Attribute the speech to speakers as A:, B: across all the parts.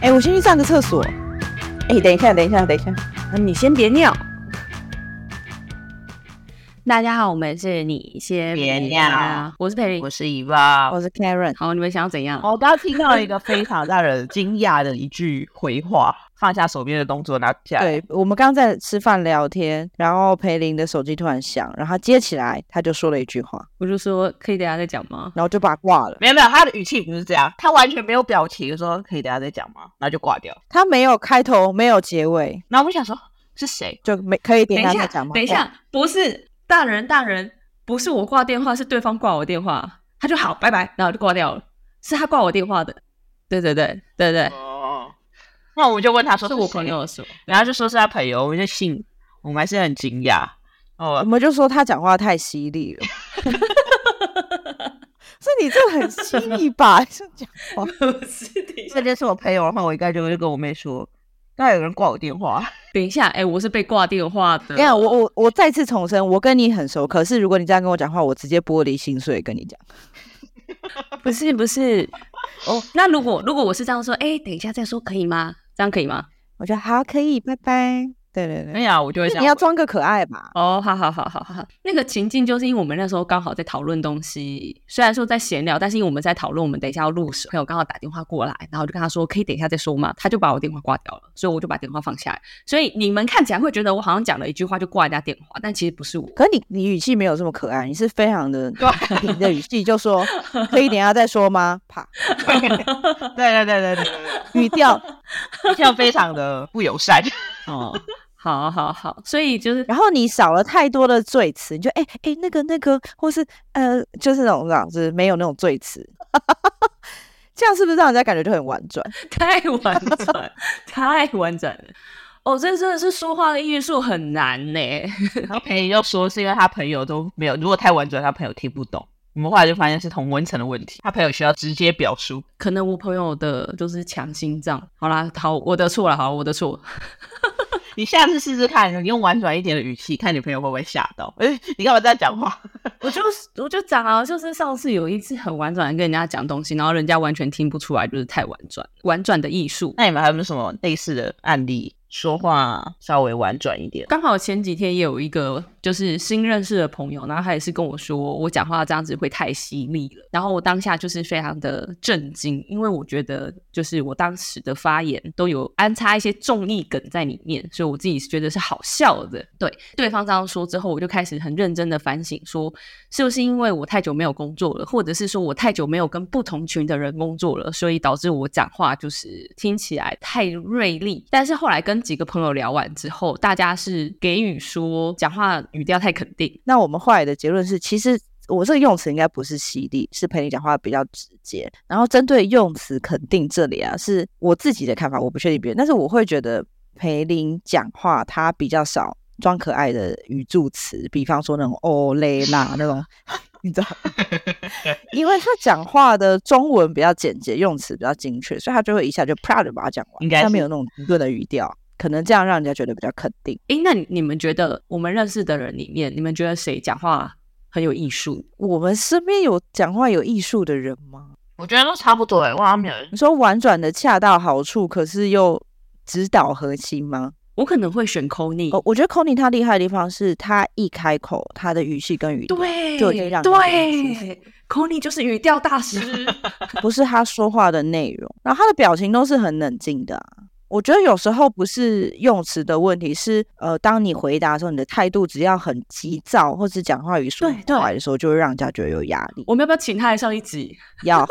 A: 哎、我先去上个厕所。
B: 哎，等一下，等一下，等一下，
C: 啊你先别尿。大家好，我们是你先
B: 别尿
C: 我是哦佩
B: 我
C: 林。
B: 是遗忘。
A: 我是 Karen，
C: 好，你们想要怎样？
B: 我刚刚哦听到一个非常让人惊讶的一句回话， 放下手边的动作，拿下来。
A: 对，我们刚刚在吃饭聊天，然后裴林的手机突然响，然后他接起来，他就说了一句话，
C: 我就说可以等一下再讲吗？
A: 然后就把他挂了。
B: 没有没有，他的语气不是这样，他完全没有表情，说可以等一下再讲吗？然后就挂掉。
A: 他没有开头，没有结尾，
B: 然后我们想说是谁？
A: 就没可以
C: 等
A: 点
C: 一
A: 他再
C: 下，
A: 讲吗？
C: 等一
A: 哇，
C: 下，不是大人，大人，不是我挂电话，是对方挂我电话。他就好，拜拜，然后就挂掉了。是他挂我电话的。对对对对对，
B: 哦，那我们就问他说
C: 是
B: 谁
C: 我朋，友 说。
B: 然后就说是他朋友，我们就信，我们还是很惊讶。
A: 我
B: 哦，
A: 们就说他讲话太犀利了。 这你这很犀利吧？这讲 话
C: 不是，等一下
B: 这，件是我朋友的话，我应该就会跟我妹说，刚才有人挂我电 话。
C: 等一下，哎、我是被挂电话的。
A: 你看，我我我再次重申，我跟你很熟，可是如果你这样跟我讲话，我直接玻璃心碎跟你讲。
C: 不是不是哦。那如果如果我是这样说，哎、等一下再说可以吗？这样可以吗？
A: 我觉得好，可以，拜拜。对对
B: 哎
A: 对，
B: 呀，我就会这
A: 那
B: 样。
A: 你要装个可爱吧？
C: 哦，好好好好好，那个情境就是因为我们那时候刚好在讨论东西，虽然说在闲聊，但是因为我们在讨论，我们等一下要录时，朋友刚好打电话过来，然后我就跟他说可以等一下再说嘛，他就把我电话挂掉了，所以我就把电话放下来。所以你们看起来会觉得我好像讲了一句话就挂人家电话，但其实不是我。
A: 可你你语气没有这么可爱，你是非常的
B: 对啊
A: 你的语气就说可以等一下再说吗？啪，
B: 对对对 对对。
A: 语调。
B: 印象非常的不友善。
C: 哦，好好好，所以就是
A: 然后你少了太多的赘词，你就哎哎、那个那个，或是呃就是那种这样子，没有那种赘词， 这样是不是让人家感觉就很婉转？
C: 太完整，太完整了。哦，这真的是说话的艺术很难呢。
B: 然后裴又说是因为他朋友都没有，如果太婉转，他朋友听不懂。我们后来就发现是同温层的问题，他朋友需要直接表述。
C: 可能我朋友的就是强心脏。好啦，好，我的错了，好，我的错。
B: 你下次试试看，你用婉转一点的语气，看你朋友会不会吓到。哎、你干嘛这样讲话？
C: 我就是我就讲啊，就是上次有一次很婉转的跟人家讲东西，然后人家完全听不出来，就是太婉转，婉转的艺术。
B: 那你们还有没有什么类似的案例？说话稍微婉转一点，
C: 刚好前几天也有一个就是新认识的朋友，然后他也是跟我说，我讲话这样子会太犀利了。然后我当下就是非常的震惊，因为我觉得就是我当时的发言都有安插一些综艺梗在里面，所以我自己觉得是好笑的。对，对方这样说之后，我就开始很认真的反省说是不是因为我太久没有工作了，或者是说我太久没有跟不同群的人工作了，所以导致我讲话就是听起来太锐利。但是后来跟几个朋友聊完之后，大家是给予说讲话语调太肯定。
A: 那我们后来的结论是，其实我这个用词应该不是犀利，是陪你讲话比较直接。然后针对用词肯定这里啊，是我自己的看法，我不确定别人，但是我会觉得裴林讲话他比较少装可爱的语助词，比方说那种哦嘞啦那种。 你 知道，因为他讲话的中文比较简洁，用词比较精确，所以他就会一下就啪的把它讲完，
B: 应该
A: 他没
B: 是
A: 有那种迟钝的语调，可能这样让人家觉得比较肯定。
C: 诶，那你你们觉得我们认识的人里面，你们觉得谁讲话很有艺术？
A: 我们身边有讲话有艺术的人吗？
B: 我觉得都差不多哎、欸。哇，没有人
A: 你说婉转的恰到好处，可是又直捣核心吗？
C: 我可能会选 c o n y
A: 哦，我觉得 c o n y 他厉害的地方是他一开口，他的语气跟语调，
C: 对，
A: 就已经让人家觉得很舒服
C: 对 c o n y 就是语调 大师。
A: 不是他说话的内容，然后他的表情都是很冷静的啊、我觉得有时候不是用词的问题，是呃，当你回答的时候，你的态度只要很急躁，或是讲话语速
C: 对
A: 很快的时候，就会让人家觉得有压力。
C: 我们要不要请他来上一集？
A: 要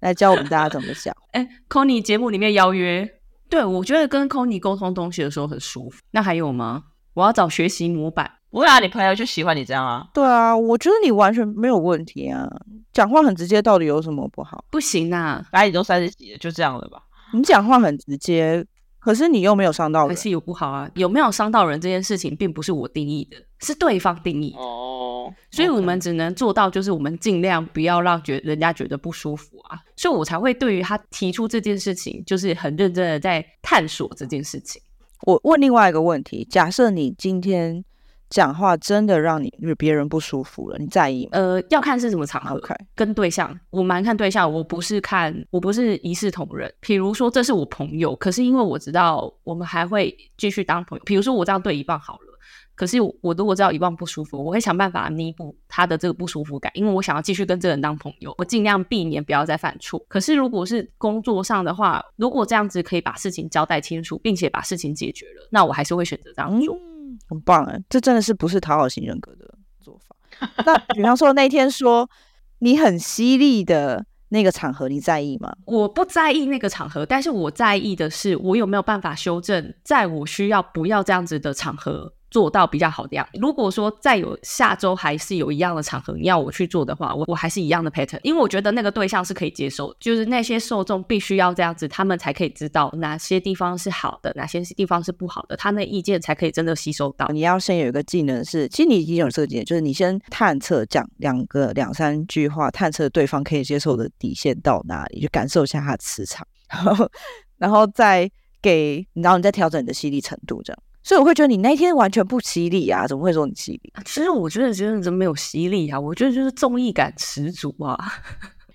A: 来教我们大家怎么讲。
C: 哎 c o n y 节目里面邀约，对我觉得跟 c o n y 沟通东西的时候很舒服。那还有吗？我要找学习模板。
B: 不会啊，你朋友就喜欢你这样啊。
A: 对啊，我觉得你完全没有问题啊，讲话很直接，到底有什么不好？
C: 不行啊，
B: 反正你都三十几了，就这样了吧。
A: 你讲话很直接，可是你又没有伤到
C: 还
A: 人。
C: 是有不好啊。有没有伤到人这件事情，并不是我定义的，是对方定义的。
B: 哦，
C: 所以我们只能做到，就是我们尽量不要让觉人家觉得不舒服啊。所以我才会对于他提出这件事情，就是很认真的在探索这件事情。
A: 我问另外一个问题：假设你今天讲话真的让你别人不舒服了，你在意吗
C: 呃，要看是什么场合
A: ？OK，
C: 跟对象，我蛮看对象，我不是看，我不是一视同仁。比如说，这是我朋友，可是因为我知道我们还会继续当朋友。比如说，我这样对一棒好了，可是我我如果知道一棒不舒服，我会想办法弥补他的这个不舒服感，因为我想要继续跟这个人当朋友，我尽量避免不要再犯错。可是如果是工作上的话，如果这样子可以把事情交代清楚，并且把事情解决了，那我还是会选择这样做。
A: 嗯，很棒哎，这真的是不是讨好型人格的做法。 那比方说那天说你很犀利的那个场合，你在意吗？
C: 我不在意那个场合，但是我在意的是我有没有办法修正，在我需要不要这样子的场合做到比较好的样子。如果说再有下周还是有一样的场合你要我去做的话，我我还是一样的 pattern，因为我觉得那个对象是可以接受，就是那些受众必须要这样子，他们才可以知道哪些地方是好的，哪些地方是不好的，他那意见才可以真的吸收到。
A: 你要先有一个技能是，其实你已经有这个技能，就是你先探测讲两个两三句话，探测对方可以接受的底线到哪里，就感受一下他的磁场， 然后然后再给，然后你再调整你的犀利程度，这样。所以我会觉得你那天完全不犀利啊，怎么会说你犀利？
C: 其实我觉得真的没有犀利啊，我觉得就是综艺感十足啊。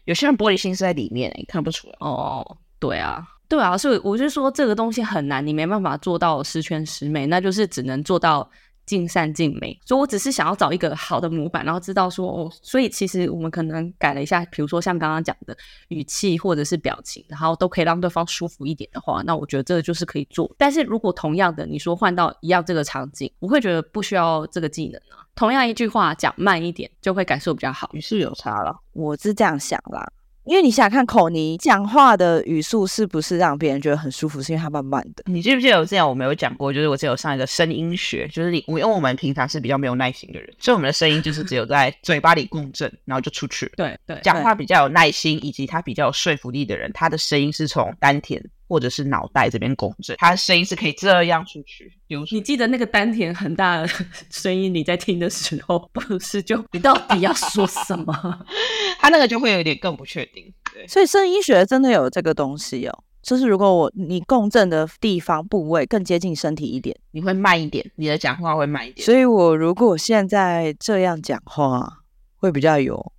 B: 有些人玻璃心是在里面、欸，看不出来。
C: 哦，对啊，对啊，所以我就说这个东西很难，你没办法做到十全十美，那就是只能做到尽善尽美。所以我只是想要找一个好的模板，然后知道说哦，所以其实我们可能改了一下，比如说像刚刚讲的语气或者是表情，然后都可以让对方舒服一点的话，那我觉得这个就是可以做。但是如果同样的，你说换到一样这个场景，我会觉得不需要这个技能啊。同样一句话讲慢一点，就会感受比较好。
B: 语速有差了，
A: 我是这样想啦，因为你想想看，口尼讲话的语速是不是让别人觉得很舒服？是因为他慢慢的，
B: 你记不记得我之前我们有讲过，就是我只有上一个声音学，就是你，我因为我们平常是比较没有耐心的人，所以我们的声音就是只有在嘴巴里共振，然后就出去了。
C: 对对，
B: 讲话比较有耐心，以及他比较有说服力的人，他的声音是从丹田或者是脑袋这边共振，他的声音是可以这样出去流出
C: 你。记得那个丹田很大的 声音，你在听的时候， 不是就你到底要说什么？
B: 他那个就会有点更不确定。对，
A: 所以声音学真的有这个东西哦。就是如果我你共振的地方部位更接近身体一点。
B: 你会慢一点，你的讲话会慢一点。
A: 所以我如果现在这样讲话，会比较有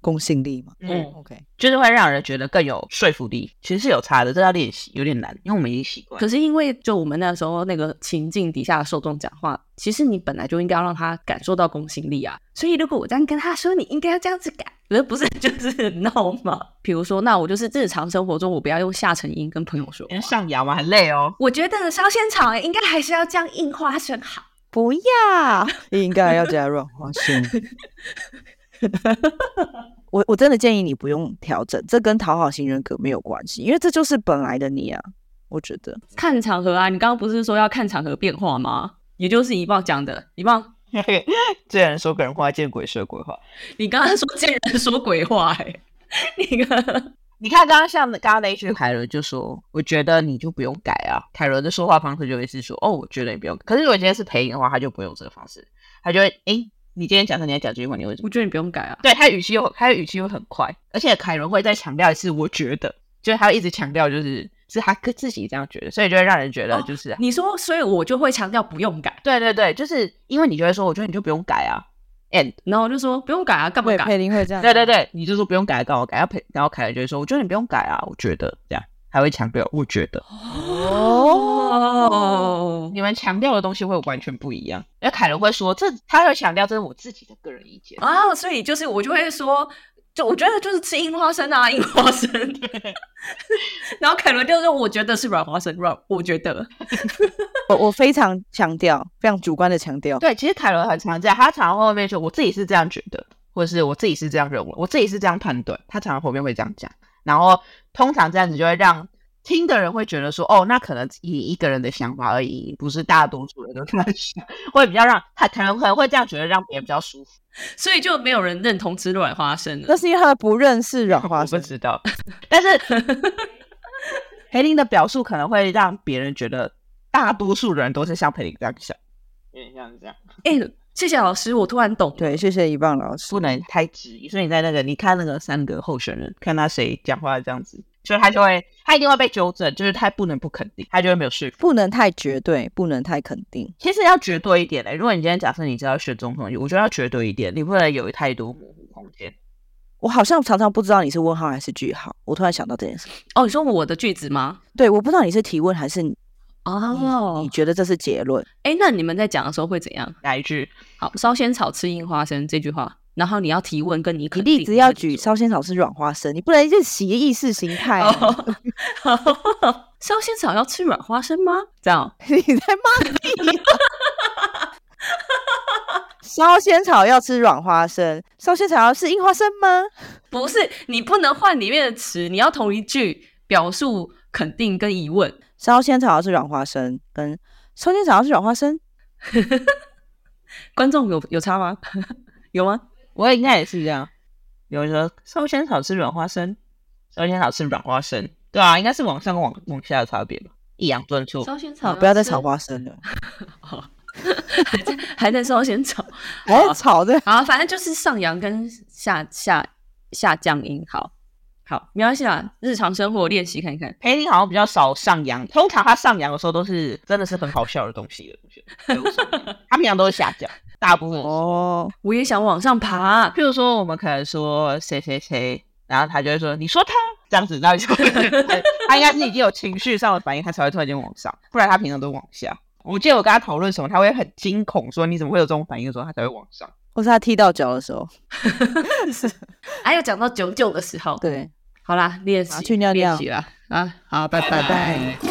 A: 公信力嘛？
B: 嗯
A: ，OK，
B: 就是会让人觉得更有说服力，其实是有差的，这要练习，有点难，因为我们已经习惯。
C: 可是因为就我们那时候那个情境底下的受众讲话，其实你本来就应该要让他感受到公信力啊。所以如果我这样跟他说，你应该要这样子改，不是不是就是闹嘛？ 比如说，那我就是日常生活中我不要用下沉音跟朋友说话
B: 人家上扬嘛，很累哦。
C: 我觉得上现场哎应该还是要这样硬化声好。
A: 不要，应该要加软化声。 我我真的建议你不用调整，这跟讨好型人格没有关系，因为这就是本来的你啊。我觉得
C: 看场合啊，你刚刚不是说要看场合变化吗？也就是一棒讲的，一棒
B: 这人说人话，见鬼说鬼话。
C: 你刚刚说见人说鬼话、 欸，那个
B: 你看刚刚像刚刚那一句，凯伦就说：“我觉得你就不用改啊。”凯伦的说话方式就会是说：“哦，我觉得你不用。”可是如果今天是陪你的话，他就不用这个方式，他就会：“诶，你今天假设你要讲这句话，你会怎
C: 我
B: 么
C: 觉得你不用改啊？”。
B: 对他语气又他的语气又很快，而且凯伦会再强调一次“我觉得”，就是他会一直强调，就是是他自己这样觉得，所以就会让人觉得
C: 哦
B: 就是、
C: 你说，所以我就会强调不用改，
B: 对对对，就是因为你就会说：“我觉得你就不用改啊。”and
C: 然后我就说不用改啊，干嘛
A: 对
C: 改？
A: 佩林会这样，
B: 对对，对，你就说不用改，刚我改，要陪，然后凯伦就会说：“我觉得你不用改啊，我觉得这样。”还会强调“我觉得”。
C: 哦，
B: 你们强调的东西会完全不一样。因为凯伦会说，这他会强调这是我自己的个人意见。
C: 啊，所以就是我就会说，就我觉得就是吃樱花生啊，樱 花生。 然后凯伦就说，我觉得是软花生，软，我觉得
A: 我我非常强调，非常主观的强调，
B: 对，其实凯伦很常这样，他常常后面说我自己是这样觉得，或者是我自己是这样认为，我自己是这样判断。他常常后面会这样讲，然后通常这样子就会让听的人会觉得说，哦，那可能以一个人的想法而已，不是大多数人都这样想， 会比较让他可能可能会这样觉得，让别人比较舒服。
C: 所以就没有人认同吃软花生了
A: 那。是因为他不认识软化
B: 我不
A: 声。
B: 知道，但是裴林的表述可能会让别人觉得大多数人都是像裴林这样想，有点像这样，
C: 哎、谢谢老师，我突然懂了。
A: 对，谢谢一棒老师。
B: 不能太质疑。所以你在那个你看那个三个候选人，看他谁讲话这样子，就是他就会他一定会被纠正，就是他不能不肯定，他就会没有说服。
A: 不能太绝对，不能太肯定。
B: 其实要绝对一点嘞、如果你今天假设你知道选总统，我觉得要绝对一点，你不能有太多模糊空间。
A: 我好像常常不知道你是问号还是句号，我突然想到这件事。
C: 哦，你说我的句子吗？
A: 对，我不知道你是提问还是你嗯
C: 哦
A: 你，觉得这是结论。
C: 哎，那你们在讲的时候会怎样？
B: 哪一句？
C: 好，烧仙草吃硬花生这句话，然后你要提问，跟你
A: 你
C: 肯定
A: 例子要举烧仙草是软花生，你不能一直洗意识形态、啊。
C: 哦， 烧仙草要吃软花生吗？这样
A: 你在骂你、烧仙草要吃软花生，烧仙草要吃硬花生吗？
C: 不是你不能换里面的词，你要同一句表述肯定跟疑问。
A: 烧仙草要吃软花生，跟烧仙草要吃软花生，
C: 观众有有差吗？ 有吗？
B: 我应该也是这样。有人说烧仙草吃软花生，烧仙草吃软花生，对啊，应该是往上跟往往下的差别吧，抑扬顿挫。
C: 烧仙草
A: 哦好，不要再
C: 吃
A: 炒，花生了，
C: 还在 还在烧仙草。
A: 还要哎炒的。
C: 好，反正就是上扬跟下下下降音。好，好，没关系啦，日常生活练习看看。
B: 裴林好像比较少上扬，通常他上扬的时候都是真的是很好笑的东西了。我觉得没有上扬他平常都是下降，大部分。
A: 哦，
C: 我也想往上爬，
B: 譬如说，我们可能说谁谁谁，然后他就会说：“你说他这样子，那就 他应该是已经有情绪上的反应，他才会突然间往上，不然他平常都往下。”我记得我跟他讨论什么，他会很惊恐说：“你怎么会有这种反应？”的时候，他才会往上。
A: 或是他踢到脚的时候，
C: 还有讲到九九的时候，
A: 对，
C: 好啦，练
A: 啊
C: 习
A: 去尿尿
C: 练习啦，啊，好，拜拜
A: 拜拜。